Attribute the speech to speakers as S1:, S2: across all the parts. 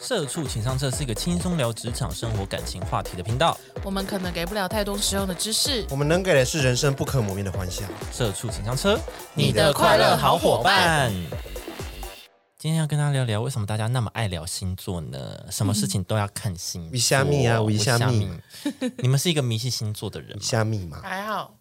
S1: 社畜情商车是一个轻松聊职场、生活、感情话题的频道。
S2: 我们可能给不了太多实用的知识。
S3: 我们能给的是人生不可磨灭的欢笑。
S1: 社畜情商车，
S2: 你的快乐好伙伴。
S1: 今天要跟大家聊聊，为什么大家那么爱聊星座呢？什么事情都要看星
S2: 嗯
S1: 座。
S3: 为什么啊为什么
S1: 为什么你们是一个迷信星座的人吗？
S3: 虾米嘛，
S2: 还好，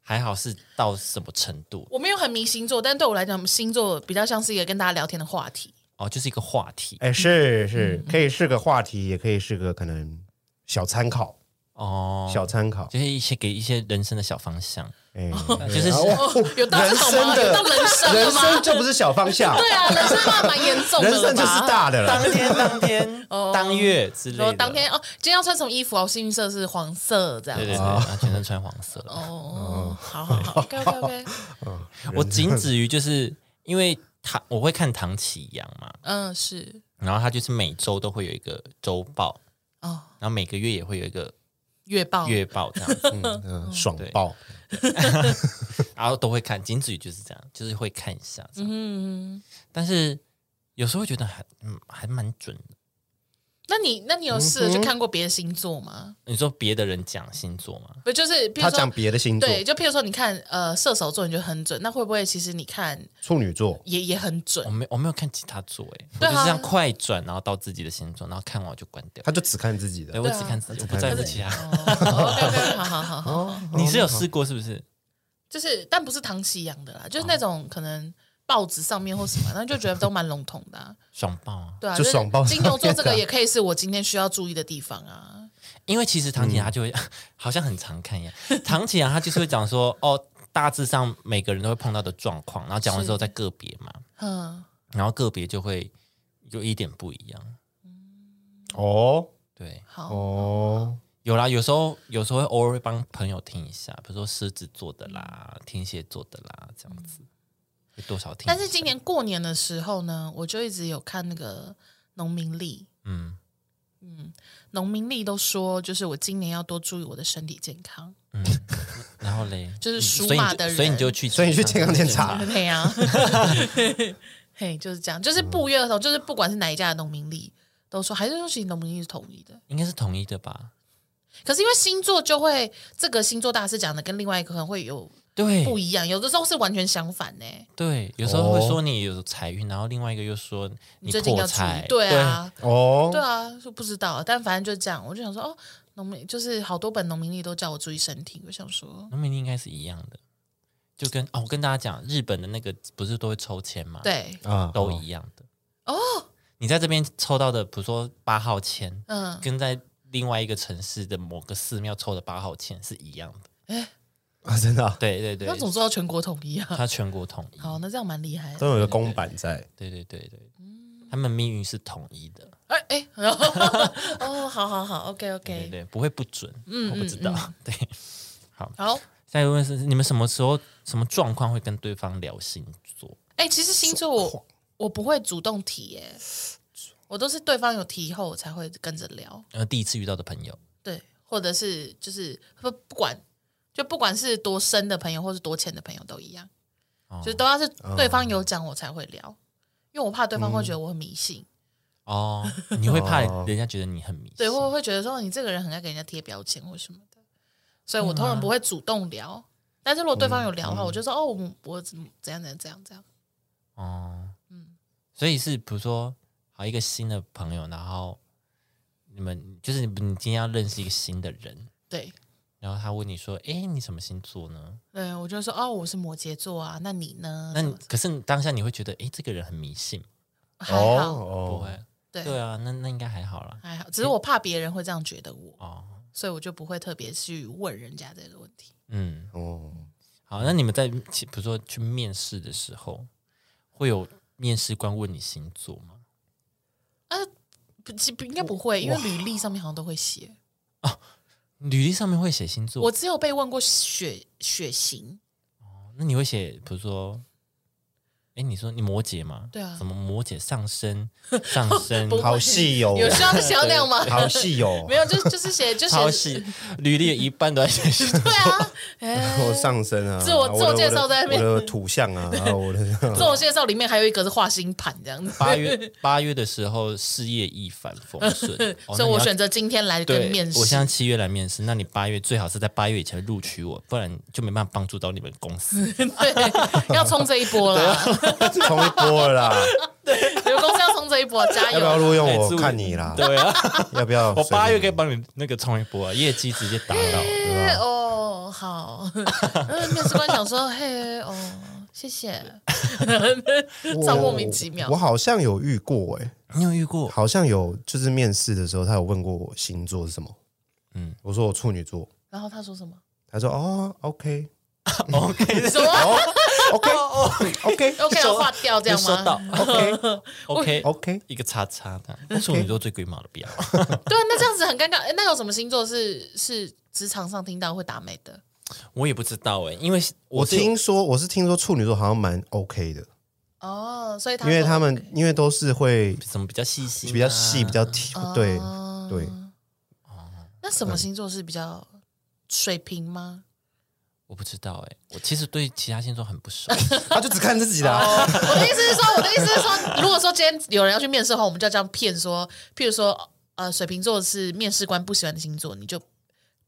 S1: 还好是到什么程度？
S2: 我没有很迷星座，但对我来讲，星座比较像是一个跟大家聊天的话题。
S1: 哦，就是一个话题
S3: 哎，是是，可以是个话题，也可以是个可能小参考，
S1: 哦，
S3: 小参考。
S1: 就是一些给一些人生的小方向。
S3: 哎，
S1: 就是
S3: 然后
S2: 哦，有到这
S3: 人
S2: 种
S3: 生
S2: 吗？有
S3: 的
S2: 到人生了
S3: 人
S2: 吗？
S3: 生就不是小 方向，
S2: 对啊，人生嘛蛮严重的
S3: 人
S2: 了吧
S3: 生就是。大的了。
S1: 当天、当天、 当月之类
S2: 说
S1: 的。
S2: 当天哦，今天要穿什么衣服啊？我幸运色是黄色，这样
S1: 对
S2: 子。
S1: 对对，啊全身穿黄色。
S2: 哦，好好好，OK OK OK，
S1: 我仅止于就是因为唐，我会看唐启阳嘛，
S2: 嗯，是
S1: 然后他就是每周都会有一个周报，
S2: 哦，
S1: 然后每个月也会有一个
S2: 月报
S1: 月报这样 子，
S3: 嗯嗯，爽爆！
S1: 然后都会看，仅止于就是这样，就是会看一下。嗯，但是有时候会觉得还嗯还蛮准的。
S2: 那你那你有试着去看过别的星座吗？
S1: 你说别的人讲星座吗？
S2: 不就是，譬
S3: 嗯他
S2: 如
S3: 讲
S2: 说，
S3: 别的星座，
S2: 对，就譬如说，你看呃射手座你就很准，那会不会其实你看
S3: 处女座，
S2: 也也很准
S1: 我？没我没有看其他座哎，我
S2: 对啊
S1: 就是这样快转，然后到自己的星座，然后看完我就关掉。
S3: 他就只看自己的
S1: 对，。我只看自己，我不在乎其他。
S2: 哦，OK，好好好好，
S3: 哦，
S1: 你是有试过是不是？
S2: 就是但不是唐奇阳的啦，就是那种可能报纸上面或什么，那就觉得都蛮笼统的、啊，
S1: 爽爆啊！
S2: 对啊，
S3: 就爽报
S2: 是金牛座这
S3: 上面
S2: 个
S3: 的
S2: 也可以是我今天需要注意的地方啊。
S1: 因为其实唐启
S3: 嗯
S1: 阳他就会、 好像很常看一样，唐启阳他就是会讲说哦，大致上每个人都会碰到的状况，然后讲完之后再个别嘛，
S2: 嗯，
S1: 然后个别就会有一点不一样。
S3: 哦
S1: 对，
S2: 好，
S3: 哦，
S1: 有啦，有时候有时候会偶尔会帮朋友听一下，比如说狮子座的啦、
S3: 嗯
S1: 天蝎座的啦这样子，会多少听一下。
S2: 但是今年过年的时候呢，我就一直有看那个农民历，
S1: 嗯
S2: 农民历都说就是我今年要多注意我的身体健康，
S1: 嗯，然后嘞，
S2: 就是
S1: 嗯所
S2: 属
S1: 以你
S2: 马
S1: 就
S2: 的人
S1: 所以你就去，
S3: 所以你去健康检查
S1: 嗯
S2: 对 呀、嘿，就是这样，就是
S3: 嗯
S2: 不约而同，就是不管是哪一家的农民历。都说还是说，其实农民历是统一的，
S1: 应该是统一的吧？
S2: 可是因为星座就会这个星座大师讲的跟另外一个可能会有
S1: 对，
S2: 不一样，有的时候是完全相反呢、
S1: 对，有时候会说你有财运，然后另外一个又说
S2: 你最近
S1: 破
S2: 要注
S1: 财
S2: 意，，对啊，对
S3: 哦，
S2: 啊，就不知道，但反正就这样，我就想说哦。农民就是好多本农民历都叫我注意身体，我想说
S1: 对，，农民历应该是一样的，就跟哦，我跟大家讲，日本的那个不是都会抽签吗？，
S2: 对，
S3: 啊
S1: 都一样的哦。你在这边抽到的，比如说八号签，
S2: 嗯，
S1: 跟在另外一个城市的某个寺庙抽的八号签是一样的。
S3: 啊，真的啊
S1: 对对对
S2: 那，总做到全国统一啊。
S1: 它全国统一。
S2: 好，那这样蛮厉害的。
S3: 都有一个公版在。
S1: 对对对对，
S2: 嗯
S1: 他们命运是统一的。
S2: 哎哎， 哦，好好好，OK
S1: 对呃对
S2: OK，
S1: 对，不会不准。嗯，我不知道。对，好。
S2: 好。
S1: 下一个问题是：你们什么时候、什么状况会跟对方聊星座？
S2: 哎，其实星座我我不会主动提耶，我都是对方有提以后我才会跟着聊。
S1: 呃，第一次遇到的朋友，
S2: 对，或者是就是不不管，就不管是多深的朋友，或是多浅的朋友都一样，就是都要是对方有讲我才会聊，因为我怕对方会觉得我很迷信，
S1: 哦， 你会怕
S3: 哦
S1: 人家觉得你很迷信，
S2: 对，或会觉得说你这个人很爱给人家贴标签或什么的，所以我通常不会主动聊。但是如果对方有聊的话，我就说哦，我我怎么怎样怎样怎样怎样，
S1: 哦，所以是比如说，好一个新的朋友，然后你们就是你你今天要认识一个新的人，
S2: 对，
S1: 然后他问你说，诶，你什么星座呢？
S2: 对我就说哦，我是摩羯座啊，那你呢？
S1: 那你可是你当下你会觉得，诶，这个人很迷信，
S2: 还好，
S1: 不
S3: 哦
S1: 会？
S2: 对
S1: 对啊，那那应该还好啦。
S2: 还好，只是我怕别人会这样觉得我，
S1: 哦，
S2: 所以我就不会特别去问人家这个问题。
S1: 嗯，
S3: 哦哦，
S1: 好，那你们在其比如说去面试的时候，会有面试官问你星座吗？
S2: 不，其不应该不会，因为履历上面好像都会 写。
S1: 履历上面会写星座，
S2: 我只有被问过血血型，
S1: 那你会写，比如说哎，你说你摩羯嘛？
S2: 对啊
S1: 什么摩羯上 升上升，
S2: 不
S3: 好细
S1: 哦
S3: 哟、
S2: 有需要需要那样吗？
S3: 好哦细哟、
S2: 没有，就就是写就
S1: 超
S2: 写
S1: 细，履历有一半都在写西
S2: 对啊， 哎，
S3: 我上身啊，
S2: 自我
S3: 的
S2: 自我介绍在那边
S3: 我的我的土 象啊，然后我的
S2: 自我介绍里面还有一个是画星盘这样子，
S1: 八月八月的时候事业一帆风 顺，哦
S2: 所以我。
S1: 那你要
S2: 选择今天来跟
S1: 对
S2: 面，试。
S1: 我现在七月来面试，那你八月最好是在八月以前录取我，不然就没办法帮助到你们公司。
S2: 对，要冲这一波
S1: 啊
S2: 啦！
S3: 冲一波了 啦，
S2: 刘公司要冲这一波，加
S3: 要不要
S2: 油！
S3: 录用
S1: 哎
S3: 我
S1: 祝
S3: 看你啦？
S1: 对啊，
S3: 要不要？
S1: 我八月可以帮你那个冲一波啊，业绩直接达到。
S2: 哎哦，好。嗯面试官想说，嘿，哦，谢谢。
S3: 我
S2: 超莫名其妙
S3: 我好像有遇过哎、
S1: 你有遇过？
S3: 好像有就是面试的时候，他有问过我星座是什么，嗯
S1: 嗯，
S3: 我说我处女座，
S2: 然后他说 什么？
S3: 他说哦，OK，OK，OK，、
S2: 什么 哦
S3: OK
S2: ？OK，要划掉这样
S1: 有收
S2: 吗
S1: 到？
S3: OK
S1: ，OK
S3: OK，
S1: 一个叉叉的，处女座最龟毛的，不要。
S2: 对啊，那这样子很尴尬。哎那有什么星座是是职场上听到会打美的？
S1: 我也不知道哎，因为
S3: 我
S1: 我是
S3: 听说我是听说处女座好像蛮 OK 的，
S2: 哦，所以他
S3: 因为
S2: 说
S3: 他们因为都是会
S1: 什么比较细心啊，
S3: 比较细，比较体，呃对，
S2: 哦
S3: 对。
S2: 那什么星座是比较水平吗？
S1: 我不知道哎，我其实对其他星座很不熟。
S3: 他就只看自己的啊、
S2: 我的意思是说，我的意思是说，如果说今天有人要去面试的话，我们就要这样骗说，譬如说，呃，水瓶座是面试官不喜欢的星座，你就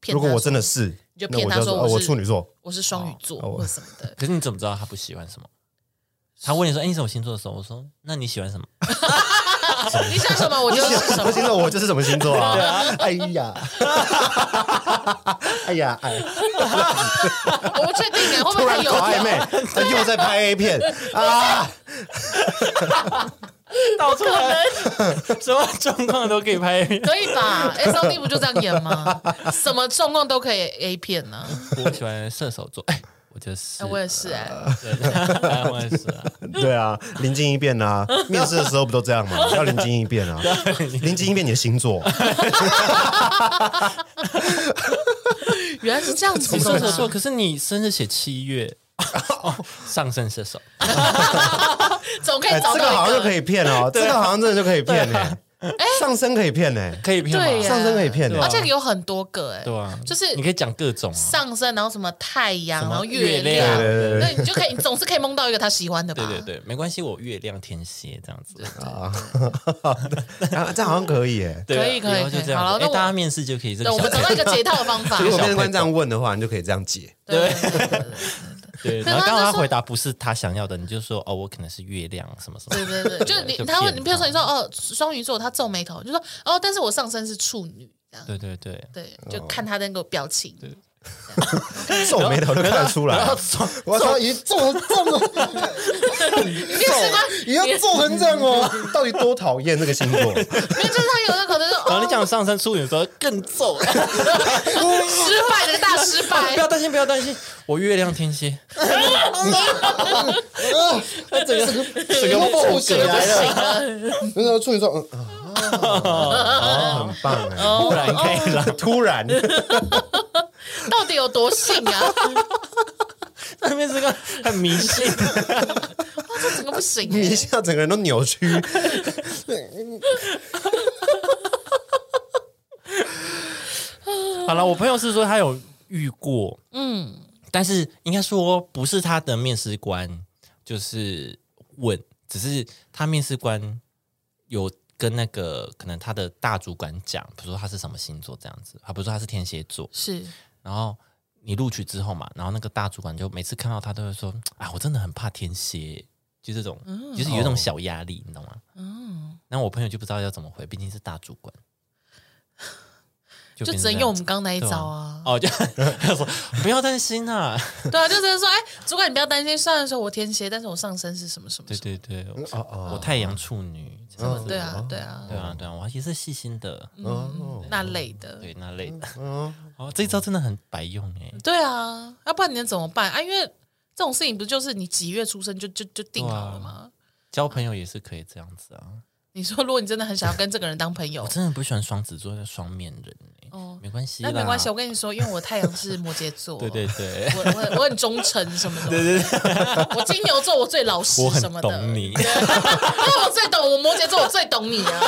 S2: 骗
S3: 如果
S2: 他
S3: 我
S2: 说
S3: 真的是，
S2: 你就
S3: 那
S2: 骗
S3: 我
S2: 他
S3: 就
S2: 说
S3: 哦，
S2: 我
S3: 我
S2: 是
S3: 处女座，
S2: 我是双鱼座
S3: 哦我
S2: 或什么的，
S1: 可是你怎么知道他不喜欢什么？他问你说：“哎，你什么星座的时候？”我说：“那你喜欢什么
S2: 你想什么我就是什
S3: 什么
S2: 么。
S3: 星座我就是什么星座啊？哎呀， 哎呀，哎，
S2: 我不确定哎，会不
S3: 突
S2: 会
S3: 然
S2: 有
S3: 搞暧昧，他又在拍 A 片啊！？”
S1: 到处 什么状况都可以拍。
S2: 可以吧？S O D 不就这样演吗？什么状况都可以 A 片呢？
S1: 我喜欢射手座，哎，我就是
S2: 哎，，我也是哎，
S1: 对，哎 我也是啊。
S3: 对啊，临近一变啊，面试的时候不都这样吗？要临近一变 啊，临近一变你的星座，
S2: 哎原来是这样子
S1: 你
S2: 的
S1: 射手座，
S2: 吗。
S1: 可是你生日写七 月，上升射手，
S2: 总可
S3: 哎，
S2: 以找
S3: 这个
S2: 到
S3: 好
S2: 一
S3: 像就
S2: 个啊
S3: 可以骗哦，这个好像真的就可以骗呢，上升可以骗呢，
S1: 可以骗
S2: 对
S1: 吗？
S2: 耶
S3: 上升可以骗呢欸
S1: 对啊
S2: 而，且有很多个哎，
S1: 对啊，
S2: 就是
S1: 你可以讲各种啊。
S2: 上升，然后什么太阳，
S1: 什么
S2: 然后
S1: 月
S2: 亮，
S1: 亮
S3: 对对对
S2: 对，你就可以，你总是可以梦到一个他喜欢的吧？
S1: 对对对，没关系，我月亮天蝎这样子。
S3: 啊，这样好像可以耶。
S1: 对啊
S2: 可以可以
S1: 后就
S2: 可以
S1: 这样子。
S2: 好了那
S1: 哎
S2: 我
S1: 大家面试就可以这
S2: 对，
S1: 个
S2: 我
S1: 小
S2: 们找
S1: 配
S2: 到一个解套的方 法。
S3: 如果面试官这样问的话，你就可以这样解。
S2: 对对对对
S1: 对，
S2: 可
S1: 然后
S2: 是他
S1: 刚
S2: 就
S1: 刚他
S2: 说
S1: 回答不是他想要的，你就说哦，我可能是月亮什么什么。
S2: 对对对，就你
S1: 就
S2: 他问
S1: 骗
S2: 你，比如说
S1: 他
S2: 你说哦双鱼座，他皱眉头，你就说哦，但是我上身是处女，这样
S1: 对对对，
S2: 对，就看他的那个表情。
S3: 皱眉头就看得出来
S1: 然。后从
S3: 我操，已经皱皱了，
S2: 面试官，
S3: 已经皱成这样哦，到底多讨厌这个星座？
S2: 没有，就是他有的可能就
S1: 然后
S2: 哦
S1: 你讲上升处女的时候更皱，
S2: 失败的大失败
S1: 不，要担心，不要担心，我月亮天蝎，
S3: 他整个整个不起来了。那时候处女座，嗯 啊，很棒哎，
S2: 哦
S1: 不然可以了。
S3: 突然
S2: 到底有多信 啊？
S1: 那面试官很迷信，
S2: 这整个不行
S3: 你
S2: 欸，
S3: 一下整个人都扭曲。
S1: 好了，我朋友是说他有遇过，嗯，但是应该说不是他的面试官，就是问，只是他面试官有跟那个可能他的大主管讲，比如说他是什么星座这样子，他啊不是说他是天蝎座，
S2: 是
S1: 然后你录取之后嘛，然后那个大主管就每次看到他都会说，啊，我真的很怕天蝎，就这种，就是有一种小压力，你懂吗？嗯，那我朋友就不知道要怎么回，毕竟是大主管。就
S2: 就
S1: 变成
S2: 只
S1: 这样
S2: 能用我
S1: 子
S2: 们刚那一
S1: 对
S2: 招啊。
S1: 哦，就他说 不要担心啊，
S2: 对啊，就只能说，哎，主管你不要担心，虽然说我天蝎，但是我上身是什么什么
S1: 对
S2: 什
S1: 对对，我
S3: 哦哦嗯
S1: 我太阳处女，这样
S2: 么，
S1: 子
S2: 对啊，对啊，
S1: 对啊对啊，我也是细心的，
S3: 哦，
S2: 那类的，
S1: 对那类的，
S3: 嗯
S1: 哦，这一招真的很白用哎，
S2: 对啊，要不然你能怎么办啊？因为这种事情不就是你几月出生就就就定好了吗？
S1: 交朋友也是可以这样子啊，
S2: 你说，如果你真的很想要跟这个人当朋友
S1: 我，真的不喜欢双子座的双面人、欸、
S2: 哦
S1: 没关系啦，
S2: 那没关系。我跟你说，因为我太阳是摩羯座，
S1: 对对 对，
S2: 我我我很忠诚什么什么，
S1: 对对对，
S2: 我金牛座我最老实
S1: 我很
S2: 什么的，
S1: 懂你，
S2: 那我最懂，我摩羯座我最懂你啊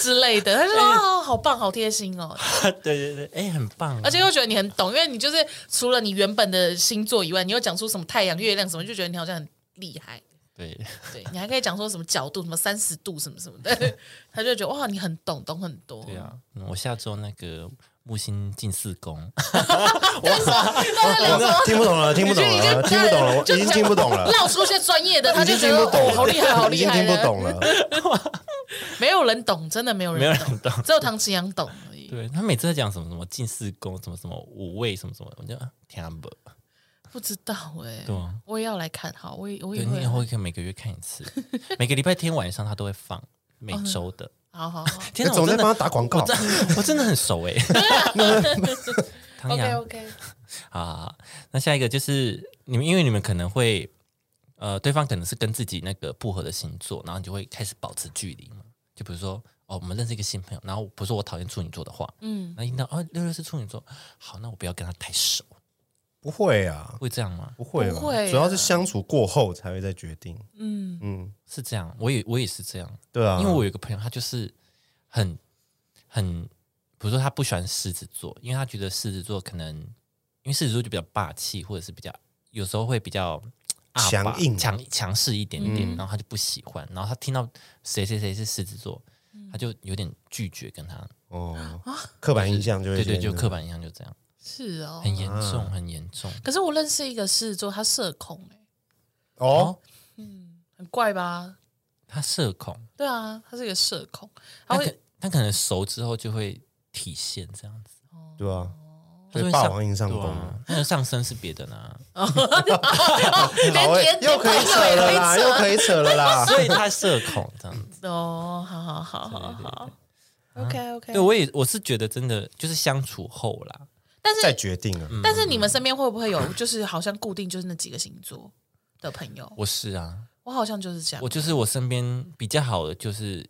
S2: 之类的。他就说哦，好棒，好贴心哦，
S1: 对对对，哎、很棒啊，
S2: 而且又觉得你很懂，因为你就是除了你原本的星座以外，你又讲出什么太阳、月亮什么，就觉得你好像很厉害。
S1: 对，
S2: 对你还可以讲说什么角度，什么三十度什么什么的， 他就觉得哇，你很懂，懂很多。
S1: 对啊，嗯我下周那个木星进四宫，
S2: 他在聊什么？
S3: 听不懂了，听不懂
S2: 你就
S3: 了，听不懂了，我
S2: 就
S3: 已经听不懂了，
S2: 绕出一些专业的，他
S3: 已
S2: 就
S3: 经
S2: 觉
S3: 听
S2: 得
S3: 不懂
S2: 哦，
S3: 了，
S2: 好厉害，好厉害，
S3: 已经听不，懂了。
S2: 没有人懂，真的没有
S1: 没有
S2: 人
S1: 人懂。
S2: 只有唐奇阳懂而已。
S1: 对他每次在讲什么什么进四宫，什么什么五位，什么什么，我就啊听不懂。
S2: 不知道哎、
S1: 对啊
S2: 我也要来看，好，我也我
S1: 对，
S2: 也
S1: 你
S2: 会
S1: 以，后可以每个月看一次，每个礼拜天晚上他都会 放每
S2: 哦
S1: 周的。
S2: 好好好
S1: 天哪，
S3: 哎总
S1: 我真
S3: 在
S1: 的
S3: 帮他打广告
S1: 我，真我真的很熟哎、唐
S2: ，OK
S1: 阳
S2: OK，
S1: 啊，那下一个就是你们，因为你们可能会，呃，对方可能是跟自己那个不合的星座，然后你就会开始保持距离嘛。就比如说，哦，我们认识一个新朋友，然后不是我讨厌处女座的话，
S2: 嗯，
S1: 那听到哦，六六是处女座，好，那我不要跟他太熟，
S3: 不会啊，
S1: 会这样吗？
S3: 不会
S2: 不会
S3: 啊，
S2: 啊
S3: 主要是相处过后才会再决定。
S2: 嗯
S3: 嗯，
S1: 是这样，我也我也是这样，
S3: 对啊，
S1: 因为我有一个朋友，他就是很很，比如说他不喜欢狮子座，因为他觉得狮子座可能，因为狮子座就比较霸气，或者是比较有时候会比较阿爸
S3: 强硬
S1: 强强势一点点，
S2: 嗯
S1: 然后他就不喜欢。然后他听到谁谁谁是狮子座，他就有点拒绝跟他，
S3: 哦，
S2: 啊
S3: 刻板印象就会
S1: 对对，
S3: 先
S1: 就刻板印象就这样，
S2: 是哦。
S1: 很严重，很严重。
S2: 可是我认识一个狮子座，他社恐哎、
S3: 哦，
S2: 很怪吧？
S1: 他社恐，
S2: 对啊，他是一个社恐，他
S1: 他
S2: 会
S1: 可他可能熟之后就会体现这样子。
S3: 对啊，
S1: 哦他就会
S3: 霸
S1: 上
S3: 王硬上
S1: 对
S3: 弓
S1: 啊，那个上身是别的呢，
S3: 好欸
S2: 连连
S3: 又可以扯了啦，
S2: 啊
S3: 又可以扯了 啦。
S1: 所以他社恐这样子。
S2: 哦，好好好好好，OK OK
S3: 啊
S1: 对，。我也我是觉得真的就是相处后啦，
S2: 但
S3: 再
S2: 是
S3: 决定啊，
S1: 嗯
S2: 但是你们身边会不会有就是好像固定就是那几个星座的朋友？
S1: 我是啊，
S2: 我好像就是这样
S1: 我，就是我身边比较好的就是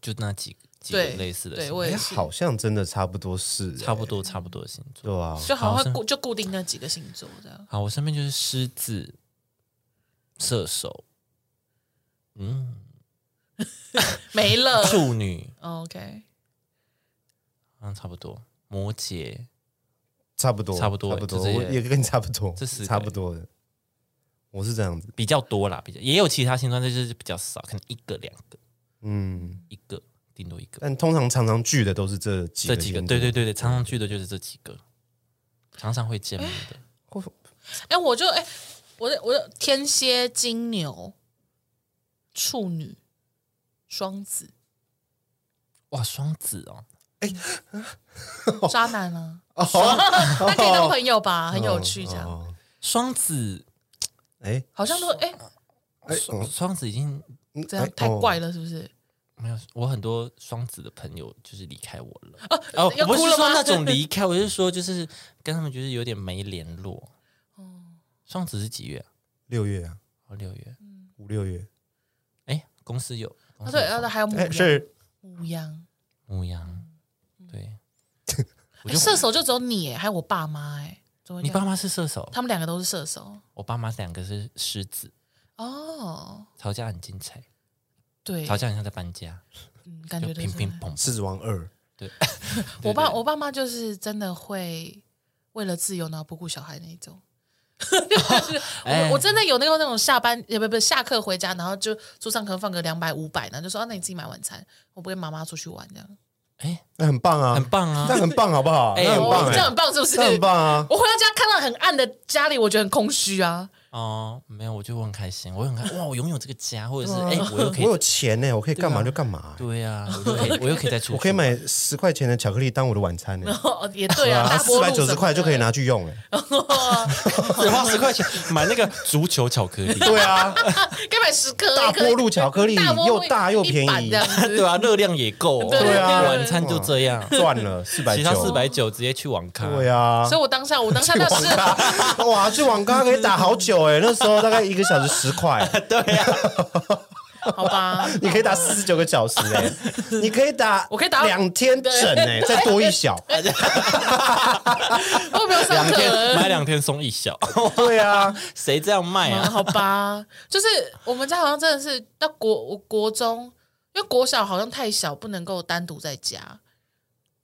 S1: 就那几几个
S2: 对
S1: 类似的
S2: 对
S1: 星座
S2: 我也
S3: 哎，
S2: 是
S3: 好像真的差不多是，哎
S1: 差不多差不多的星座。
S3: 对啊，
S2: 就好
S1: 好
S2: 像
S1: 像
S2: 固就固定那几个星座这样。
S1: 好，我身边就是狮子、射手、嗯、
S2: 没 了。哦
S1: 处女，
S2: OK，
S1: 嗯，差不多，摩羯，
S3: 差不多，
S1: 差不多
S3: 差不多，
S1: 就这
S3: 我
S1: 些
S3: 也跟你差不多，
S1: 这四个
S3: 差不多的。我是这样子，
S1: 比较多啦，比较也有其他星座，但就是比较少，可能一个两个，
S3: 嗯，
S1: 一个顶多一个，
S3: 但通常常常聚的都是这几
S1: 这
S3: 个
S1: 几个，
S3: 星座
S1: 对对，对对，常常聚的就是这几个，常常会见面的。
S2: 哎、我就哎、我的我的天蝎、金牛、处女、双子，
S1: 哇，双子哦，
S2: 渣男啊，
S3: 哦，
S2: 那可以当朋友吧，很有趣这样。
S3: 哦。
S1: 双子
S3: 哎
S2: 好像都
S1: 哦
S2: 哎、
S3: 哎，
S1: 双双子已经
S3: 嗯
S2: 这样
S3: 哎
S2: 太
S3: 哦
S2: 怪了，是不是？
S1: 没有，我很多双子的朋友就是离开我了。哦，
S2: 啊要
S1: 我不
S2: 哭
S1: 是
S2: 了
S1: 说
S2: 吗
S1: 那种离开，我是说就是跟他们就是有点没联络。哦，双子是几月啊？
S3: 六月啊，
S1: 哦，六月。
S3: 五六月，
S1: 哎，公司有，公
S2: 嗯啊，
S1: 司
S2: 对，
S1: 有
S2: 然后还有母
S3: 哎，
S2: 羊，
S3: 是
S2: 母羊，
S1: 母羊， 对，我
S2: 哎
S1: 就
S2: 嗯射手就只有你耶，还有我爸妈，哎，怎么会
S1: 你
S2: 这样
S1: 爸妈是射手，
S2: 他们两个都是射手
S1: 我爸妈两个是狮子，
S2: 哦，
S1: 吵架很精彩，
S2: 对，
S1: 吵架很像在搬家，
S2: 嗯，感
S1: 就
S2: 觉都
S1: 乒
S2: 是
S1: 乒。乓
S3: 狮子王二，
S1: 对，
S2: 我
S1: 对
S2: 爸
S1: 对
S2: 我爸妈就是真的会为了自由然后不顾小孩那一 种。
S1: 哎
S2: 我我真的有那个那种下班也不不下课回家，然后就桌上可能放个两百五百，然后就说、啊、那你自己买晚餐，我不跟妈妈出去玩这样。
S1: 哎，
S3: 那很棒啊，
S1: 很棒啊
S3: 那很棒，好不好？
S1: 哎
S3: 那很棒，
S2: 哦这样
S3: 哎
S2: 很棒是不是？
S3: 那很棒啊，
S2: 我回到家看到很暗的家里，我觉得很空虚啊。
S1: 哦，没有，我就我很开心，我很开，哇，我拥有这个家，或者是哎，我又可以
S3: 我有钱呢，我可以干
S2: 啊
S3: 嘛就干嘛，哎
S1: 对 呀、我又可以，我又可以再出去，
S3: 我可以买十块钱的巧克力当我的晚餐呢，
S2: 哦，也 对啊，大
S3: 四
S2: 波
S3: 百
S2: 路
S3: 九十块就可以
S2: 了。
S3: 拿去用，哎，
S1: 只花十块钱买那个足球巧克力，
S3: 对 啊，
S2: 可以买十颗
S3: 大
S2: 一颗
S3: 波路巧克力
S2: 大波路
S3: 又大又便宜
S2: 一板这样子
S1: 对啊，热量也够、哦，
S2: 对
S3: 啊
S1: 晚餐就这样，
S3: 赚了四百
S1: 其他
S3: 九，
S1: 四百九直接去网咖，
S3: 对啊
S2: 所，以我当下我当下
S3: 去
S2: 那
S3: 网
S2: 是
S3: 咖，哇，去网咖可以打好久久哎、那时候大概一个小时十块，
S1: 对啊呀、
S2: 好吧？
S3: 你可以打四十九个小时 哎、你可以打，
S2: 我可以打
S3: 两天整哎、再多一 小，
S2: 我没有上
S1: 两
S2: 课
S1: 天买
S2: 了。
S1: 两天送一小，
S3: 对啊，
S1: 谁这样卖
S2: 嗯
S1: 啊？
S2: 好吧，就是我们家好像真的是到国我国中，因为国小好像太小，不能够单独在家。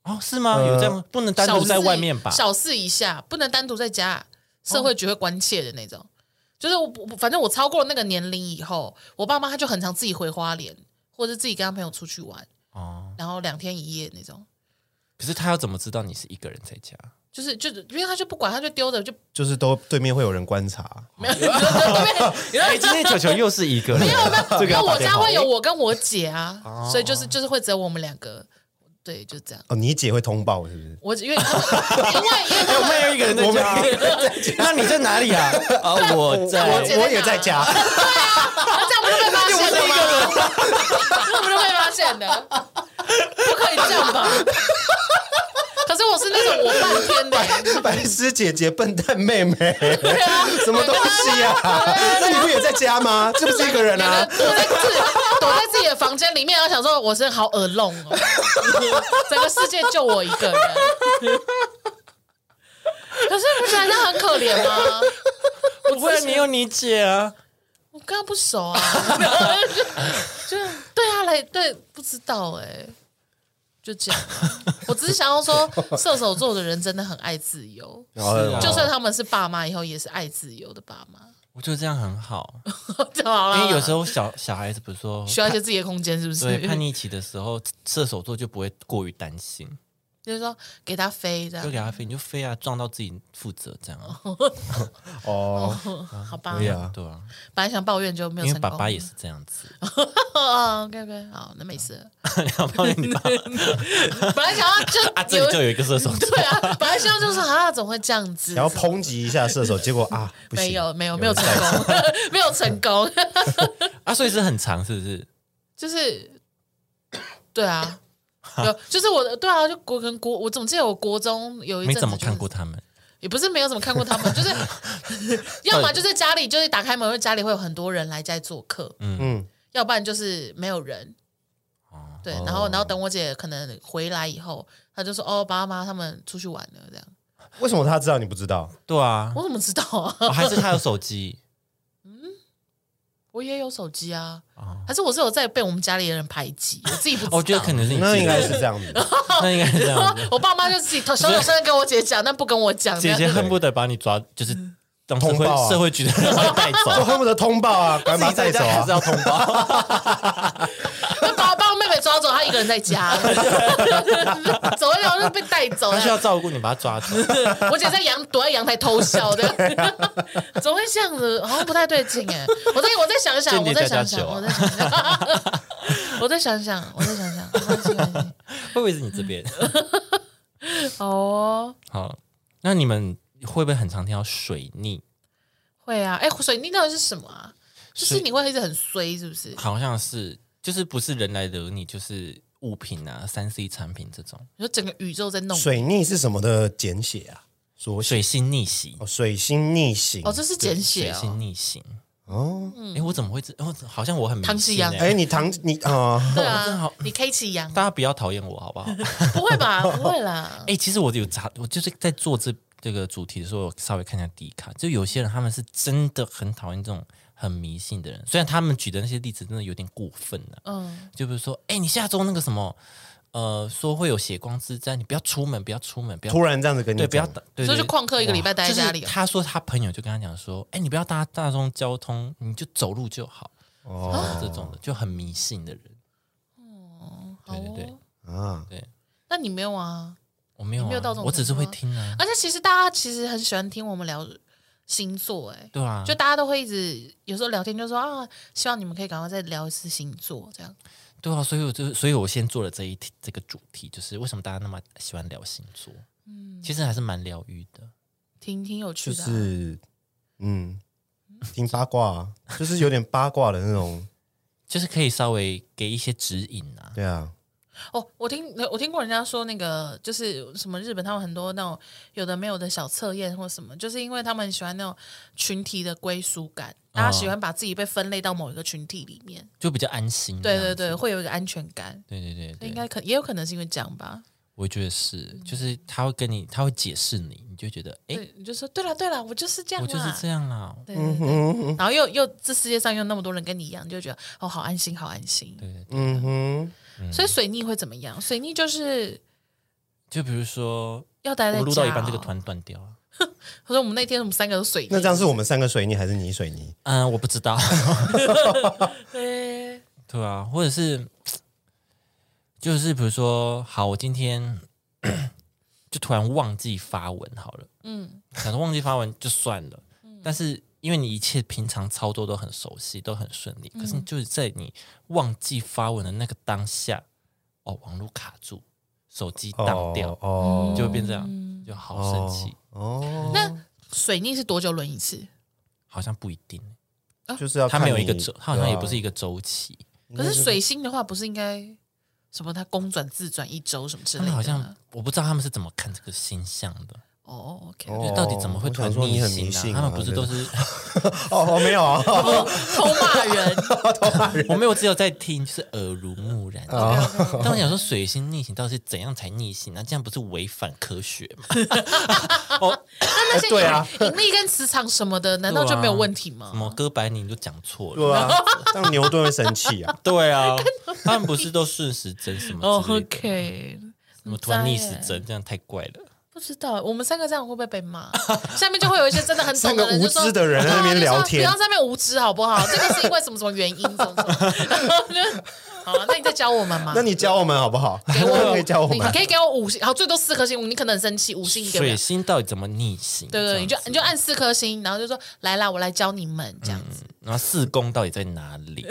S1: 哦，是吗？
S3: 呃
S1: 有这样不能单
S2: 小
S1: 独在
S2: 四
S1: 外面吧？
S2: 小四以下不能单独在家，社会局会关切的那种。就是我不，反正我超过了那个年龄以后，我爸妈他就很常自己回花莲，或者是自己跟他朋友出去玩，
S1: 哦，
S2: 然后两天一夜那种。
S1: 可是他要怎么知道你是一个人在家？
S2: 就是就是，因为他就不管，他就丢着就
S3: 就是都对面会有人观察，
S2: 没有。你说
S1: 哎，今天球球又是一个人，没有这个
S2: 对面因为
S1: 要
S2: 我
S1: 打电
S2: 家
S1: 话哦
S2: 会有我跟我姐啊，所以就是就是会只有我们两个，对，就这样。
S3: 哦，你姐会通报是不是？
S2: 我因为他们因为因为他
S1: 我
S2: 们
S1: 们有一个人在家，那你在哪里啊？ 啊，我在
S2: 我姐在哪
S3: 我也在家，
S2: 这样不就被发现了吗？这不就被发现的？不可以这样吧？可是我是那种我半天的，
S3: 白痴姐姐、笨蛋妹妹，
S2: 对啊，
S3: 什么东西 啊？那你不也在家吗？这不是一个人啊？
S2: 躲在自己躲在自己的房间里面，然后想说我真的好 alone 哦，整个世界就我一个人。可是你不觉得那很可怜吗？
S1: 不会啊，你有你姐啊。
S2: 我跟他不熟啊， 就就对啊，来对，不知道哎、就这样啊、我只是想要说，射手座的人真的很爱自由，
S3: 然后
S1: 哦
S2: 就算他们是啊爸妈，以后也是爱自由的爸妈。
S1: 我觉得这样很好，
S2: 就好了，
S1: 因为有时候小小孩子，比如说
S2: 需要一些自己的空间，是不是？
S1: 对叛逆期的时候，射手座就不会过于担心，
S2: 就是说给他飞这
S1: 就
S2: 样，
S1: 给他飞，你就飞啊，撞到自己负责这样啊。
S3: 哦，
S2: 好吧？
S3: 可以啊
S1: 对啊，
S2: 本来想抱怨就没有
S1: 因
S2: 成
S1: 为爸
S2: 功。
S1: 爸也是这样 子，
S2: 哦，OK OK，好，那没事了。
S1: 然后你爸
S2: 本来想要就
S1: 啊，这里就
S2: 有
S1: 有一个射 手座，
S2: 对啊，本来希望就是啊，怎么会这样子？
S3: 然后抨击一下射手，结果啊，不行
S2: 没有没有没有成功， 没有成功。
S1: 啊，所以是很长，是不是？
S2: 就是，对啊，有就是我的对啊，就国跟国，我总记得我国中有一
S1: 没
S2: 阵子、
S1: 怎么看过，他们，
S2: 也不是没有怎么看过他们，就是 要么就是家里就是打开门，家里会有很多人来家里做客，
S3: 嗯，
S2: 要不然就是没有人。
S1: 哦
S2: 对，然后然后等我姐可能回来以后，她就说：“哦，爸妈他们出去玩了。”这样，
S3: 为什么他知道你不知道？
S1: 对啊，
S2: 我怎么知道啊？
S1: 哦还是他有手机
S2: 我也有手机啊，
S1: 哦
S2: 还是我是有在被我们家里的人排挤，我自己不知道。
S1: 我觉得可能是你
S3: 那
S1: 自己
S3: 应该
S1: 的
S3: 是这样子，
S1: 那应该是这样子。
S2: 我爸妈就自己小小声的跟我姐讲，但不跟我讲。
S1: 姐
S2: 这
S1: 姐
S2: 样
S1: 恨不得把你抓，就是
S2: 嗯
S1: 当社
S3: 通
S1: 会、
S3: 报啊
S1: 社会局的人把你带
S3: 就
S1: 走，
S3: 恨不得通报啊，赶
S1: 自
S3: 快把
S1: 己
S3: 他带
S1: 在
S3: 走
S1: 家 还是
S3: 啊！
S1: 要通报。
S2: 就把把我妹妹抓走，她一个人在家， 走一走就被带走
S1: 他需要
S2: 了。
S1: 照顾你，把他 抓走。
S2: 我姐在阳躲在阳台偷 笑的，怎么会这样子？好像不太对劲哎！我再我再想想，
S1: 间
S2: 我
S1: 谍加
S2: 再
S1: 加
S2: 想想，
S1: 酒啊
S2: 我再想想，我再想想，我再 想想没关系，没关系
S1: 会不会是你这边？
S2: 好哦，
S1: 好，那你们会不会很常听到水逆？
S2: 会啊。哎，水逆到底是什么啊？就是
S1: 水
S2: 你会一直很衰，是不是？
S1: 好像是，就是不是人来惹你，就是物品啊、三 C 产品这种
S2: 你说整个宇宙在弄你
S3: 水逆是什么的简写啊？缩写
S1: 水星逆行。
S3: 哦，水星逆行
S2: 哦，这是简写
S1: 水星
S2: 哦。
S1: 逆行。
S3: 哦。
S1: 哎、我怎么会知？哦，好像我很迷
S2: 唐
S1: 信
S2: 吉阳
S1: 欸
S3: 哎，你唐你啊，
S2: 对
S1: 我哦真
S2: 啊
S1: 好，
S2: 你 K 起阳，
S1: 大家不要讨厌我好不 好？
S2: 不会吧？不会啦
S1: 哎、。其实我有查，我就是在做这这个主题的时候，我稍微看一下迪卡，就有些人他们是真的很讨厌这种很迷信的人，虽然他们举的那些例子真的有点过分了、
S2: 嗯，
S1: 就比如说，哎、你下周那个什么，呃，说会有血光之灾，你不要出门，不要出门，不要
S3: 突然这样子跟你
S1: 对，
S3: 讲
S1: 不要打，对
S2: 所以
S1: 对
S2: 就旷课一个礼拜待在家里
S1: 就
S2: 哦
S1: 是他说他朋友就跟他讲说，哎、你不要搭大众交通，你就走路就好，
S3: 哦
S1: 这种的就很迷信的人，
S2: 好哦
S1: 对对对
S3: 啊，
S1: 对
S2: 那你没有啊？
S1: 我没有、啊，
S2: 你没有到这种
S1: 我只是会
S2: 程
S1: 听啊，
S2: 而且其实大家其实很喜欢听我们聊星座、欸，
S1: 对啊，
S2: 就大家都会一直有时候聊天就说啊，希望你们可以赶快再聊一次星座这样。
S1: 对啊，所以我就所以我先做了这一题这个主题，就是为什么大家那么喜欢聊星座？
S2: 嗯
S1: 其实还是蛮疗愈的。
S2: 挺挺有趣
S3: 就
S2: 的啊、
S3: 是嗯，听八卦 啊，就是有点八卦的那种，
S1: 就是可以稍微给一些指引啊，
S3: 对啊，
S2: 哦，我听我听过人家说，那个就是什么日本，他们很多那种有的没有的小测验或什么，就是因为他们喜欢那种群体的归属感，大家喜欢把自己被分类到某一个群体里面，
S1: 就比较安心这
S2: 对
S1: 样
S2: 对
S1: 子。
S2: 对，会有一个安全感。
S1: 对对对对
S2: 应该可也有可能是因为这样吧。
S1: 我觉得是，就是他会跟你，他会解释你，你就觉得，哎，
S2: 嗯对，你就说对了对了，我就是这样
S1: 我
S2: 啦，
S1: 就是这样啊啦。
S2: 对
S3: 嗯
S2: 对对，然后又又这世界上又那么多人跟你一样，你就觉得哦，好安心，好安心。
S1: 对，
S3: 嗯 哼，
S2: 所以水逆会怎么样？水逆就是
S1: 就比如说，
S2: 要待在
S1: 我
S2: 家、哦
S1: 录到一半，这个突然断掉了。
S2: 他说我们那天我们三个都水逆，
S3: 那这样是我们三个水泥还是你水泥？
S1: 嗯，我不知道。
S2: 对
S1: 对啊，或者是就是比如说，好，我今天就突然忘记发文好了，
S2: 嗯
S1: 想说忘记发文就算了，但是因为你一切平常操作都很熟悉，都很顺利，可
S2: 嗯
S1: 是你就是在你忘记发文的那个当下，哦，网络卡住，手机
S3: 哦
S1: 当掉，
S3: 哦
S1: 就会变这样，
S2: 嗯
S1: 就好生气，
S3: 哦，
S2: 那水逆是多久轮一次？
S1: 好像不一定，
S3: 就是要
S1: 它
S3: 看
S1: 没有一个
S3: 你
S1: 周，它好像也不是
S3: 对啊
S1: 一个周期，
S2: 可是水星的话，不是应该什么它公转自转一周什么之
S1: 他
S2: 类
S1: 们
S2: 的吗？
S1: 好像我不知道他们是怎么看这个星象的。
S2: 哦，OK，
S3: 哦
S1: 就到底怎么会
S3: 我
S1: 突
S3: 想
S1: 然
S3: 说你很迷
S1: 逆行
S3: 信
S1: 啊？他
S3: 啊
S1: 们不是都 是
S3: 哦哦没有啊，
S2: 偷骂人。
S1: 我没有，只有在听，就是耳濡目染。
S3: 哦
S1: 当然想说水星逆行到底是怎样才逆行？啊那这样不是违反科学吗？
S2: 那些
S3: 对啊
S2: 引引力跟磁场什么的，难道
S1: 啊
S2: 就没有问题
S1: 什
S2: 吗？
S1: 么哥白尼你就讲错了？
S3: 对啊，这样牛顿会生气 啊。
S1: 对啊，他们不是都顺时针什么
S2: 哦
S1: 之类的？
S2: ，OK，
S1: 什么突然逆时
S2: 很
S1: 针，这样太怪了。
S2: 不知道，我们三个这样会不会被骂？ 下面就会有一些真的很懂
S3: 三个
S2: 的人就说
S3: 无知的人在那边
S2: 啊就说
S3: 聊天
S2: 不要在那边无知好不好？这个是因为什么什么原因？什么什么？然后就 好啊，那你再教我们嘛
S3: 那。你教我们好 不好？
S2: 给我
S3: 可以教我
S2: 你
S3: 们
S2: 你可以给我五星，好，最多四颗星，你可能很生气，五星你给我
S1: 水。星到底怎么逆行？
S2: 对对，你
S1: 这
S2: 就
S1: 样子
S2: 你就按四颗星，然后就说来啦，我来教你们这样子。
S1: 然后四宫到底在哪 里？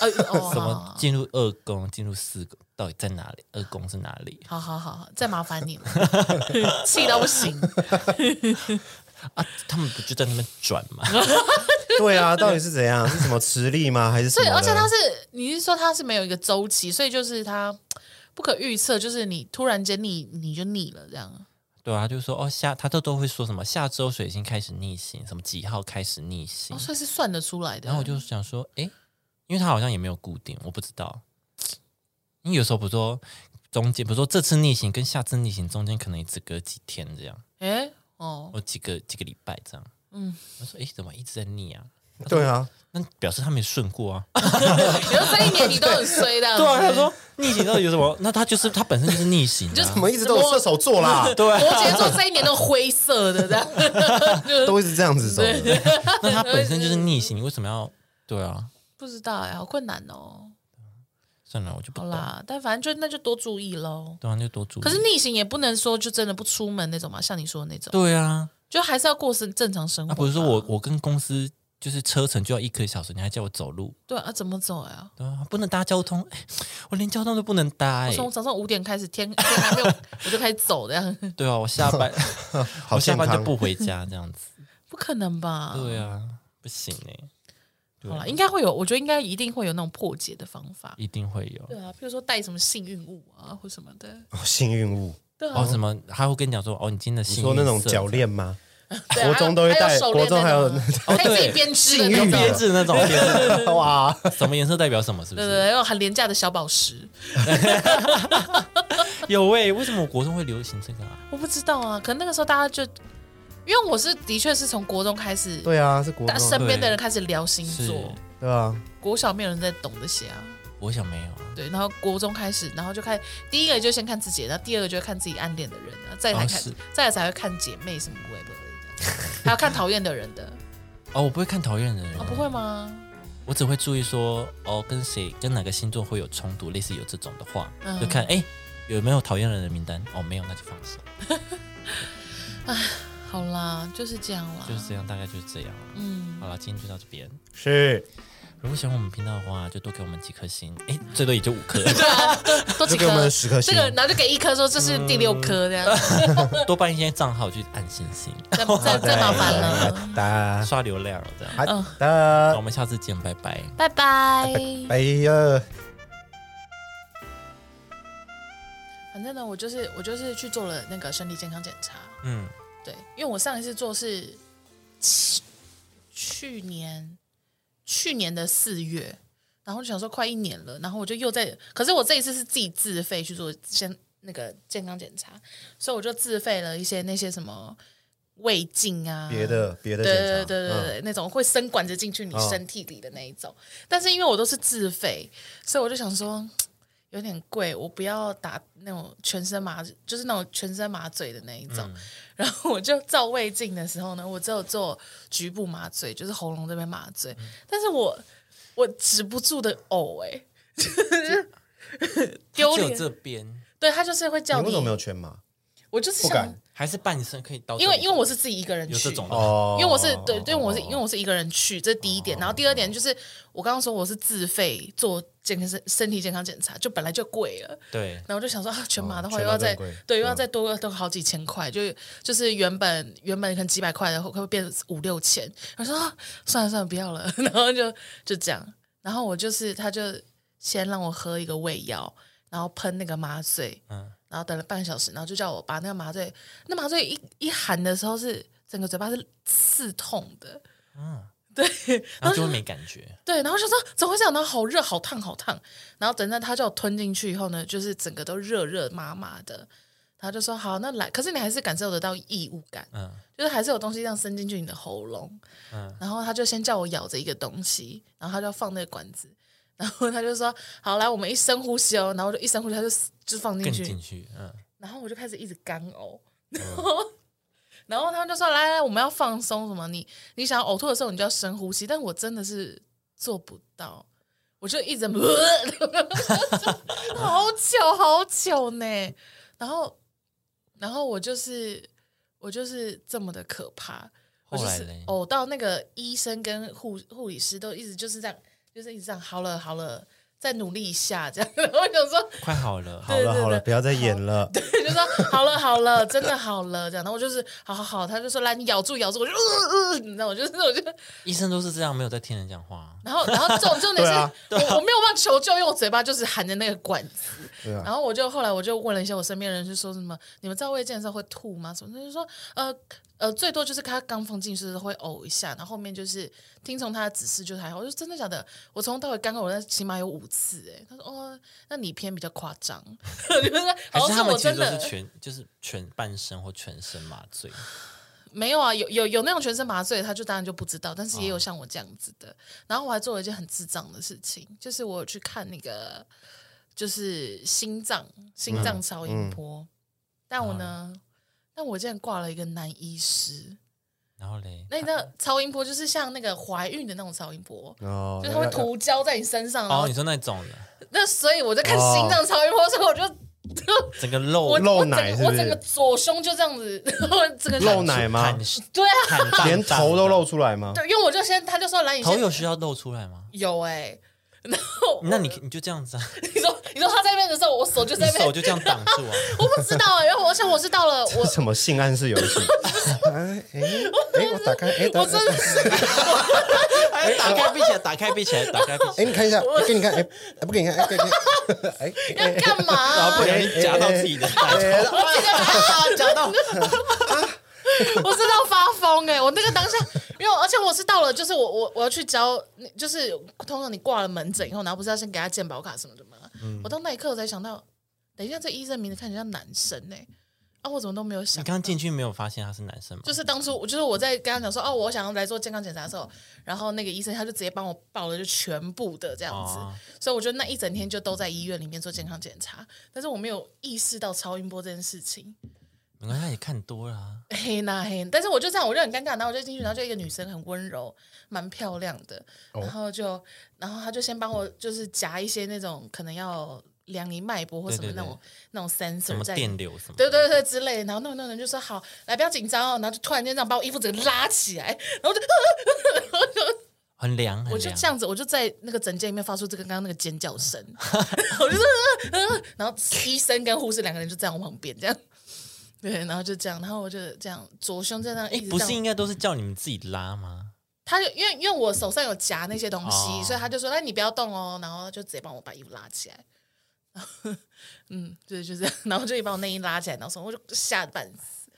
S2: 呃哦，
S1: 嗯什
S2: 好
S1: 么进入二宫，进入四宫，到底在哪里？二宫是哪里？
S2: 好好好好，再麻烦 你了，气到不行。
S1: 他们不就在那边转 吗？
S3: 对啊，到底是怎样？是什么磁力吗？还是什
S2: 所以，
S3: 么
S1: 啊
S3: 的？
S2: 而且它是，你是说它是没有一个周期，所以就是它不可预测，就是你突然间逆你就逆了这样。
S1: 对啊，就是说哦，下他都都会说什么下周水星开始逆行，什么几号开始逆行，
S2: 哦，所以是算得出来的。
S1: 然后我就想说，诶，因为他好像也没有固定，我不知道。因为有时候不是说中间，比如说这次逆行跟下次逆行中间可能也只隔几天这样，
S2: 哎哦，
S1: 或几个几个礼拜这样。嗯，我说诶，怎么一直在逆啊？
S3: 对啊，
S1: 那表示他没顺过 啊。
S2: 比如这一年你都很衰的。
S1: 对啊，他说逆行到底有什么？那他就是他本身就是逆行、啊，
S2: 就
S3: 怎么一直都有射手座啦？
S1: 对、
S2: 摩羯座这一年都灰色的这样。
S3: 都一直这样子走的。
S1: 那他本身就是逆行，你为什么要？对啊，
S2: 不知道哎，好困难哦。
S1: 算了，我就不
S2: 好
S1: 懂。
S2: 啦，但反正就那就多注意喽。
S1: 对啊，就多注意。
S2: 可是逆行也不能说就真的不出门那种嘛，像你说的那种，
S1: 对啊，
S2: 就还是要过生正常生活
S1: 啊，
S2: 吧。
S1: 不是说我我跟公司就是车程就要一个小时，你还叫我走路，
S2: 对啊，怎么走呀？
S1: 对啊，不能搭交通， 哎我连交通都不能搭、哎，
S2: 从早上五点开始，天天还没有，我就开始走这样，
S1: 对啊，我下班
S3: 好
S1: 我下
S3: 健
S1: 班就
S3: 康
S1: 不回家这样 子，
S2: 不可能吧？
S1: 对
S2: 嗯
S1: 啊，不行哎、
S2: 好了，应该会有，我觉得应该一定会有那种破解的方法。
S3: 嗯
S1: 一定会有
S2: 对啊，譬如说带什么幸运物啊，或什么 的。
S3: 哦幸运物。
S2: 对啊
S1: 哦，，什么还会跟你讲说哦，你今天的
S3: 你
S1: 幸
S3: 说
S1: 运
S3: 那种
S1: 色
S3: 脚链吗？
S2: 对啊
S3: 国中都会
S2: 还有
S3: 带
S2: 手链
S3: 国中还有
S2: 那种 啊
S1: 哦
S2: 可以自己
S1: 对
S2: 编织的
S3: 幸运
S2: 那
S1: 用
S2: 种
S1: 编制 那种编制，
S3: 哇，
S1: 什么颜色代表什么，是不
S2: 对对
S1: 是？
S2: 对，还有很廉价的小宝石，
S1: 有哎、为什么我国中会流行这个啊？
S2: 我不知道啊，可能那个时候大家就，因为我是的确是从国中开始，
S3: 对啊，是国
S2: 大
S3: 中，
S2: 身边的人开始聊星
S1: 是
S2: 座，
S3: 对啊，
S2: 国小没有人在懂这些啊，
S1: 我想没有啊，
S2: 对，然后国中开始，然后就看第一个就先看自己，然后第二个就会看自己暗恋的人，然后再来
S1: 哦
S2: 看，
S1: 是
S2: 再来才会看姐妹什么微博的，还要看讨厌的人的
S1: 哦，我不会看讨厌的人，
S2: 哦，不会吗？
S1: 我只会注意说，哦，跟谁跟哪个星座会有冲突，类似有这种的话，
S2: 嗯
S1: 就看哎、诶有没有讨厌人的名单。哦，没有，那就放下，
S2: 好啦，就是这样啦，
S1: 就是这样，大概就是这样。
S2: 哦嗯，
S1: 好了，今天就到这边。
S3: 是
S1: 如果喜欢我们频道的话，就多给我们几颗星，哎、最多也就五 颗，
S2: 对啊，多多
S3: 就
S2: 几
S3: 给我们
S2: 颗，
S3: 十颗
S2: 这
S3: 星，
S2: 个然后就给一颗说这是第六颗这样，
S1: 嗯多办一些账号去按星星，
S2: 再再再麻烦了，
S3: 哒哒
S1: 刷流量这样。
S3: 好
S2: 嗯
S1: 那
S3: 的哎
S1: 我，们下次见，拜拜。
S2: 拜拜。
S3: 哎呀。
S2: 反正呢，我就是我就是去做了那个身体健康检查，
S1: 嗯，
S2: 对，因为我上一次做是去去年去年的四月，然后就想说快一年了，然后我就又在，可是我这一次是自己自费去做先那个健康检查，所以我就自费了一些那些什么胃镜啊，
S3: 别的别的
S2: 对对
S3: 检查，
S2: 对对对
S3: 嗯
S2: 对，那种会伸管子进去你
S3: 哦
S2: 身体里的那一种。但是因为我都是自费，所以我就想说有点贵，我不要打那种全身麻，就是那种全身麻醉的那一种。
S3: 嗯
S2: 然后我就照胃镜的时候呢，我只有做局部麻醉，就是喉咙这边麻醉，
S3: 嗯
S2: 但是我我止不住的呕哎、 欸丢
S1: 只有
S2: 脸，
S1: 这边
S2: 对他就是会叫
S3: 你为
S2: 你，
S3: 什么没有全麻？
S2: 我就是
S3: 不
S2: 想
S3: 敢，
S1: 还是半身可以到这
S2: 因
S1: 里，
S2: 为因为我是自己一个人去，
S1: 有这种的
S3: 哦，
S2: 因为我是对，因为我是因为我是一个人去，这是第一点。然后第二点就是，我刚刚说我是自费做健康身身体健康检查，就本来就贵了。
S1: 对
S2: 然后我就想说啊，全麻的话
S3: 哦
S2: 又要再、
S3: 全麻更贵
S2: 对又要
S3: 嗯
S2: 再多多好几千块，就就是原本原本可能几百块的，会会变五六千。我说、啊、算了算了，不要了， 然后就就这样。然后我就是他就先让我喝一个胃药，然后喷那个麻醉，
S1: 嗯
S2: 然后等了半小时，然后就叫我把那个麻醉，那麻醉一一含的时候是整个嘴巴是刺痛的，
S1: 然后就会没感觉，
S2: 对，然后就说怎么会这样？然后好热，好烫，好烫。然后等到他叫我吞进去以后呢，就是整个都热热麻麻的。他就说好，那来，可是你还是感受得到异物感，
S1: 嗯
S2: 就是还是有东西这样伸进去你的喉咙。
S1: 嗯
S2: 然后他就先叫我咬着一个东西，然后他就要放那个管子， 然后他就说好，来，我们一深呼吸哦。然后我就一深呼吸，他就就放
S1: 更
S2: 进去，
S1: 进去，嗯
S2: 然后我就开始一直干呕，然后、 然后他们就说来来，我们要放松什么？你你想呕吐的时候，你就要深呼吸，但我真的是做不到，我就一直 好久好久呢，然后然后我就是我就是这么的可怕，我就
S1: 后来
S2: 是
S1: 嘞
S2: 呕到那个医生跟护护理师都一直就是这样，就是一直这样，好了好了，再努力一下这样， 然后我想说。
S1: 快好了，
S3: 好
S2: 对对
S3: 了好了，
S2: 对
S3: 不要再演了。
S2: 就说好了好了，真的好了这样。然后我就是好好好，他就说来你咬住咬住，我就呃呃，你知道我就是我就，
S1: 医生都是这样，没有在听人讲话，
S2: 然后然后重重点是、
S3: 对啊
S2: 我我没有办法求救，因为我嘴巴就是含着那个管子。
S3: 对啊
S2: 然后我就后来我就问了一下我身边的人，就说什么你们照胃镜的时候会吐吗？什么他就说呃呃最多就是他刚放进去的时候会呕一下，然后后面就是听从他的指示就还好。我就真的假的，我从头到尾干呕，那起码有五次哎、他说哦，那你偏比较夸张， 我觉得
S1: 还
S2: 好
S1: 是他
S2: 像
S1: 们
S2: 我
S1: 其实
S2: 真
S1: 都
S2: 的
S1: 是全就是全半身或全身麻醉，
S2: 没有啊，有有有那种全身麻醉的，他就当然就不知道，但
S3: 哦
S2: 是也有像我这样子的。然后我还做了一件很智障的事情，就是我有去看那个就是心脏心脏超音波，
S3: 嗯
S2: 但我
S3: 啊
S2: 呢，但我竟然挂了一个男医师。
S1: 然后嘞，
S2: 那你知
S3: 啊
S2: 道超音波就是像那个怀孕的那种超音波。
S3: 哦，
S2: 就是它会涂胶在你身上，然
S1: 哦
S2: 后
S1: 你说那种的，
S2: 那所以我在看心脏超音波，所以我就就
S1: 整个露
S2: 我
S3: 哦露
S2: 我整
S3: 奶是
S2: 个
S3: 不
S2: 我
S3: 是
S2: 整个左胸就这样子，然后整个
S3: 露奶吗
S1: 看
S2: 对啊，
S1: 看荡荡
S3: 连头都露出来吗？
S2: 对，因为我就先他就说来你
S1: 头
S2: 先
S1: 有需要露出来吗？
S2: 有哎、然后
S1: 那你你就这样子啊，
S2: 你说你说他在那边的时候，我手就
S1: 你
S2: 在那边，
S1: 手就这样挡住啊，
S2: 我不知道、欸，然后我而且我是到了我
S3: 这什么性暗示游 戏？哎哎哎，我打开，哎，打
S2: 我真的是
S1: 哎打开闭起来，打开闭起来，打开闭起来
S3: 哎，你，看一下，哎给你看，哎，哎不给你看，哎，给你看，哎，
S2: 要干嘛、
S1: 然后不小
S3: 哎
S1: 心夹到自己的大腿，
S3: 哎，
S2: 我真的
S1: 夹 到
S3: 啊
S2: 我真的要发疯哎、我那个当下，因为而且我是到了，就是我我我要去交，就是通常你挂了门诊以后，然后不是要先给他健保卡什么的吗？
S3: 嗯
S2: 我到那一刻我才想到，等一下这医生名字看起来像男生哎、啊我怎么都没有
S1: 你
S2: 想。
S1: 刚进去没有发现他是男生吗？
S2: 就是当初，我就是我在跟他讲说，哦，我想要来做健康检查的时候，然后那个医生他就直接帮我报了就全部的这样子，
S1: 哦
S2: 所以我觉得那一整天就都在医院里面做健康检查，但是我没有意识到超音波这件事情。
S1: 没关系，他也看多了啊。
S2: 嘿呐嘿，但是我就这样，我就很尴尬，然后我就进去，然后就一个女生很温柔，蛮漂亮的，
S1: 哦
S2: 然后就，然后她就先帮我就是夹一些那种可能要量你脉搏或什么
S1: 对对对
S2: 那种那种
S1: 什
S2: sensor
S1: 么
S2: 在
S1: 电流什么的？
S2: 对对对之类的，然后那个那个人就说好，来不要紧张哦，然后就突然间这样把我衣服整个拉起来，然后就
S1: 很凉，
S2: 我
S1: 很
S2: 就
S1: 凉。
S2: 这样子，我就在那个诊间里面发出这个刚刚那个尖叫 声，我就说、呃呃，然后医生跟护士两个人就在我旁边这样，对，然后就这样，然后我就这样左胸在那一直
S1: 哎不
S2: 这
S1: 是
S2: 样，
S1: 应该都是叫你们自己拉吗？
S2: 他就因为因为我手上有夹那些东西，
S1: 哦
S2: 哎所以他就说那你不要动哦，然后就直接帮我把衣服拉起来， 嗯，对，就这样。然后就一把我内衣拉起来，然后说我就吓得半死，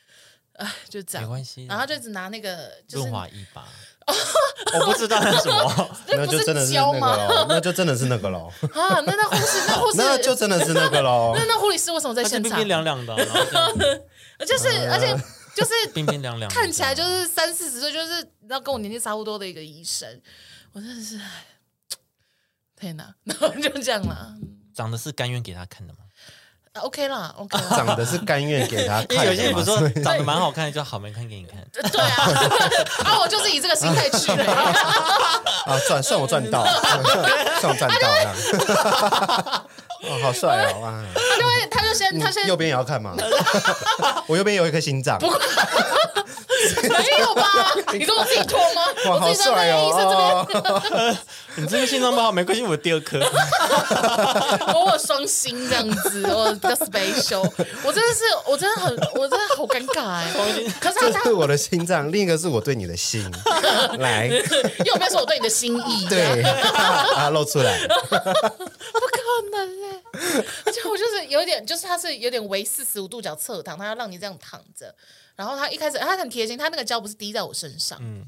S2: 哎，就这样，
S1: 没关系
S2: 然后
S3: 啊
S2: 他就一直拿那个就是
S1: 润滑液吧，我不知道那是什么。
S3: 那就真的是那个喽，那就真的是那个喽，
S2: 啊，那那护士那护士
S3: 那就真的是那 个喽
S2: 那。那护理师为什么在
S1: 它是
S2: 现
S1: 冰
S2: 场
S1: 冰？凉 凉的，啊然后这样子
S2: 就是而且就是
S1: 冰冰凉凉的，
S2: 看起
S3: 嗯
S2: 来就是三四十岁，就是你知道跟我年纪差不多的一个医生，我真的是，哎天哪！ 然后就这样啦
S1: 长得是甘愿给他看的嘛。
S2: 啊，OK 啦，OK 啦，
S3: 长得是甘愿给他
S1: 因为
S3: 看
S1: 有些人
S3: 的
S1: 不
S3: 嘛，
S1: 是说长得蛮好看，就好没看给你看。
S2: 对啊，啊，我就是以这个心态去的，
S3: 啊，赚算我赚 到，算我赚到这样。哦，好帅哦！哇，
S2: 他就会他就先他先
S3: 你右边也要 看吗？我右边有一颗心脏，
S2: 没哎有吧？你跟我自己脱吗？
S3: 哇，
S2: 我
S3: 好
S2: 自己在那
S3: 帅
S2: 个医生这边
S3: 哦！哦
S1: 你这个心脏不好没关系，我有第二颗。
S2: 我我双星这样子，我比较 special。我真的是，我真的很，我真的好尴尬哎、可是
S3: 这
S2: 他
S3: 是我的心脏，另一个是我对你的 心。来，
S2: 他又没有说我对你的心意，
S3: 对，啊，露出来，
S2: 不可能哎、而且我就是有点，就是他是有点微四十五度角侧躺，他要让你这样躺着。然后他一开始他很贴心，他那个胶不是滴在我身上，
S3: 嗯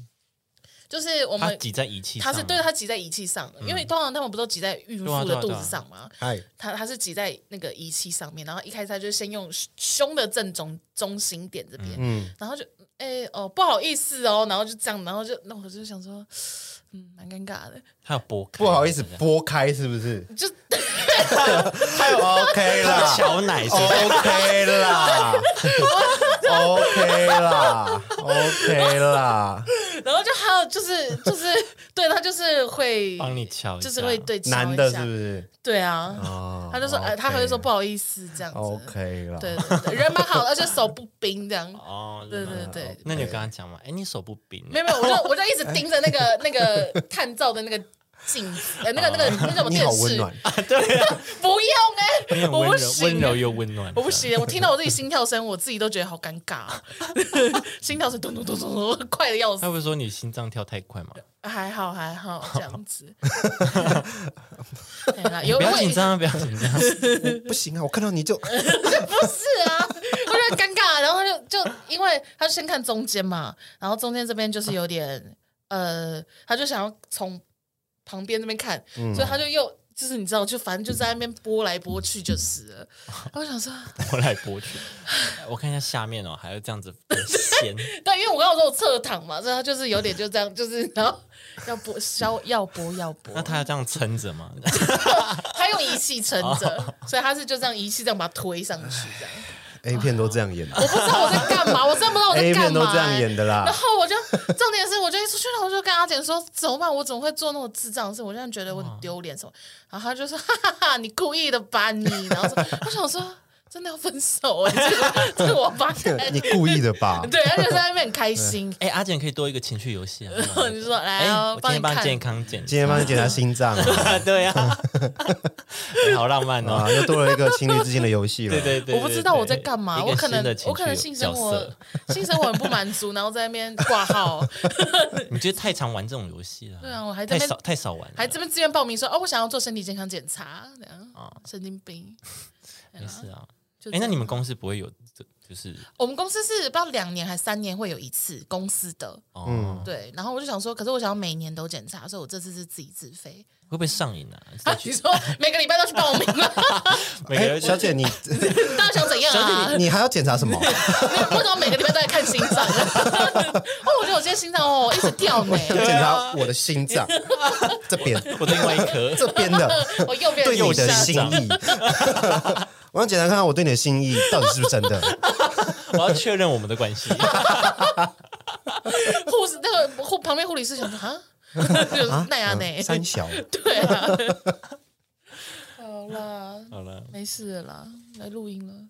S2: 就是我
S1: 他
S2: 们
S1: 挤在仪器
S2: 他
S1: 上，啊嗯
S2: 是对他挤在仪器上的，因为通常他们不都挤在孕
S1: 对
S2: 妇的
S1: 啊对啊
S2: 肚
S1: 对啊
S2: 子上吗？
S3: 哎，
S2: 他他是挤在那个仪器上面，然后一开始他就先用胸的正中中心点这边，
S1: 嗯
S2: 然后就哎、哦不好意思哦，然后就这样，然后就那我就想说，嗯，蛮尴尬的，
S1: 他有啊拨开，
S3: 不好意思
S1: 对，对
S3: 拨开是不是
S2: 就
S3: ？OK 啦
S1: 小奶是不是
S3: ，OK 啦，OK 啦 ，OK 啦，
S2: 然后就还有就是就是对他就是会
S1: 帮你瞧一下，
S2: 就是会对敲一下
S3: 男的是不是？
S2: 对啊，
S3: 哦
S2: 他就说哎、他还会说不好意思这样子
S3: OK 啦，
S2: 对对对，人蛮好的，而且手不冰这样，
S1: 哦，
S2: 对
S1: 真的
S2: 对对。
S1: 那你有跟他讲吗？哎，你手不冰，
S2: 没有没有，我就我就一直盯着那个 那个探照的那个镜子，呃，那个那个那叫什么
S3: 哦你好
S2: 电
S3: 温
S2: 视？
S3: 暖，
S2: 不用哎、
S1: 你很
S2: 我
S1: 温
S2: 不
S1: 柔，
S2: 行、
S1: 温柔又温暖，
S2: 我不行，我听到我自己心跳声，我自己都觉得好尴尬、啊 心跳声咚咚咚咚咚，快的要死
S1: 他。会说你心脏跳太快吗？
S2: 还好还好，这样 子。对啦，有
S1: 不要
S2: 会
S1: 紧张，不啊要紧张，
S3: 不行啊！我看到你就
S2: 不是啊，我觉得尴尬。然后他就就因为他先看中间嘛，然后中间这边就是有点呃，他就想要从旁边那边看，
S3: 嗯
S2: 所以他就又就是你知道，就反正就在那边拨来拨去就是了。然后我想说，
S1: 拨来拨去。我看一下下面哦，还有这样子 掀，
S2: 对，因为我刚刚说我侧躺嘛，所以他就是有点就这样，就是然后要拨消要拨要拨
S1: 那，他要这样撑着吗？
S2: 他用仪器撑
S3: 哦
S2: 着，所以他是就这样仪器这样把它推上去这样。
S3: A 片都这样演的
S2: 我不知道我在干嘛，我真的不知道我在
S3: ，A
S2: 干嘛、欸
S3: 片都这样演的
S2: 然
S3: 啦。
S2: 后我就重点是，我就一出去了，我就跟阿简说怎么办？我怎么会做那种智障的事？我现在觉得我很丢脸什么。然后他就说哈哈哈，你故意的吧你。然后说，我想说真的要分手哎、欸，这 个这个我发现。
S3: 你故意的吧？
S2: 对，他就在那边很开心。
S1: 哎，阿简可以多一个情趣游 戏啊！
S2: 我就说来
S1: 哎，
S2: 哦，
S1: 我今
S2: 帮
S1: 天帮你
S2: 你看。
S1: 健康检查
S3: 今天帮你检查心脏啊，
S1: 对 呀、哎好浪漫哦！
S3: 啊又多了一个情侣之间的游戏了。
S1: 对对对，
S2: 我不知道我在干
S1: 对
S2: 嘛，
S1: 对
S2: 我
S1: 一
S2: 可
S1: 个
S2: 能
S1: 新的
S2: 我可能
S1: 情
S2: 性
S1: 趣角
S2: 生活
S1: 色，
S2: 性生活很不满足，然后在那边挂号。
S1: 你觉得太常玩这种游戏了？
S2: 对啊，我还在
S1: 太
S2: 那
S1: 少
S2: 边
S1: 太少玩了，
S2: 还这边自愿报名说哦，我想要做身体健康检查，这样神经病。
S1: 没事啊。哦哎，
S2: 就这
S1: 那
S2: 样
S1: 你们公司不会有这就是
S2: 我们公司是不知道两年还三年会有一次公司的，
S1: 哦，
S3: 嗯
S2: 对。然后我就想说，可是我想要每年都检查，所以我这次是自己自费。
S1: 会不会上瘾啊？
S2: 啊，你说每个礼拜都去报名了，
S1: 每个
S3: 哎，
S1: 人
S3: 小姐你
S2: 你到底想怎样啊？
S3: 你还要检查什么？
S2: 你为什么每个礼拜都在看心脏？啊哦，我觉得我今天心脏哦一直跳呢，
S3: 要检查我的心脏这边
S1: 我另外一 颗，
S3: 这边的
S2: 呃我右边
S3: 对你
S2: 心
S3: 的
S2: 脏
S3: 心意。 我要检查看看我对你的心意到底是不是真的。
S1: 我要确认我们的关 系。
S2: 护士那个护旁边护理师想说啊，就是那样呢
S3: 嗯，三小，
S2: 对啊。好啦，
S1: 好了，
S2: 没事了啦，来录音了。